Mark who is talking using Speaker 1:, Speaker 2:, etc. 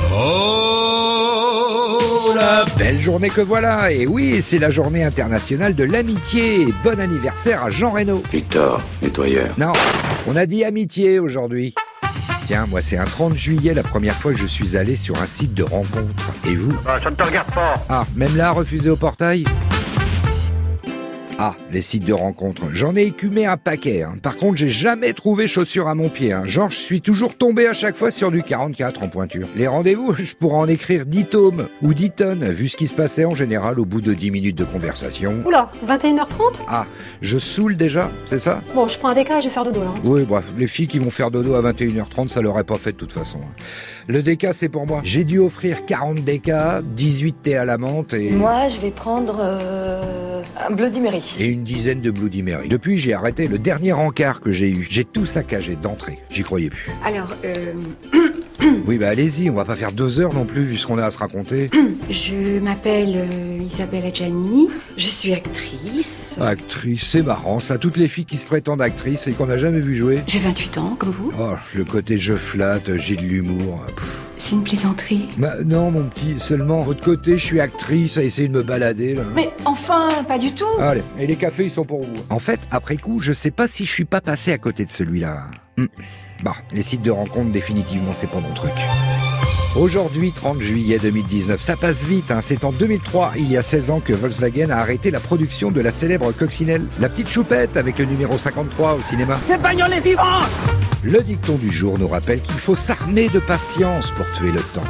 Speaker 1: Oh, Belle journée que voilà Et oui, c'est la journée internationale de l'amitié Et Bon anniversaire à Jean Reno
Speaker 2: Victor, nettoyeur.
Speaker 1: Non, on a dit amitié aujourd'hui Tiens, moi c'est un 30 juillet la première fois que je suis allé sur un site de rencontre. Et vous
Speaker 3: Bah, ça ne te regarde pas.
Speaker 1: Ah, même là, refusé au portail ah, les sites de rencontre. J'en ai écumé un paquet. hein. Par contre, j'ai jamais trouvé chaussures à mon pied. hein. Genre, je suis toujours tombé à chaque fois sur du 44 en pointure. Les rendez-vous, je pourrais en écrire 10 tomes ou 10 tonnes, vu ce qui se passait en général au bout de 10 minutes de conversation.
Speaker 4: Oula, 21h30
Speaker 1: Ah, je saoule déjà, c'est ça
Speaker 4: Bon, je prends un déca et je vais faire dodo là. hein.
Speaker 1: oui, bref, les filles qui vont faire dodo à 21h30, ça l'aurait pas fait de toute façon. hein. Le déca, c'est pour moi. J'ai dû offrir 40 décas, 18 thés à la menthe et...
Speaker 5: Moi, je vais prendre euh, un Bloody Mary.
Speaker 1: et une dizaine de Bloody Mary. Depuis, j'ai arrêté le dernier encart que j'ai eu. J'ai tout saccagé d'entrée. J'y croyais plus.
Speaker 6: Alors, euh,
Speaker 1: Oui, bah allez-y, on va pas faire deux heures non plus, vu ce qu'on a à se raconter.
Speaker 6: je m'appelle euh, Isabelle Adjani, je suis actrice,
Speaker 1: Actrice, c'est marrant, ça. Toutes les filles qui se prétendent actrices et qu'on n'a jamais vu jouer.
Speaker 6: j'ai 28 ans, comme vous.
Speaker 1: Oh, le côté je flatte, j'ai de l'humour. Pff.
Speaker 6: C'est une plaisanterie.
Speaker 1: Bah, non, mon petit, seulement, votre côté, je suis actrice, à essayer de me balader, là.
Speaker 5: Mais enfin, pas du tout.
Speaker 1: Allez, et les cafés, ils sont pour vous. hein. En fait, après coup, je sais pas si je suis pas passé à côté de celui-là. Hmm. Bah, les sites de rencontre, définitivement, c'est pas mon truc. Aujourd'hui, 30 juillet 2019, ça passe vite. hein. C'est en 2003, il y a 16 ans, que Volkswagen a arrêté la production de la célèbre coccinelle, la petite choupette, avec le numéro 53 au cinéma.
Speaker 3: Cette bagnole est vivante
Speaker 1: Le dicton du jour nous rappelle qu'il faut s'armer de patience pour tuer le temps.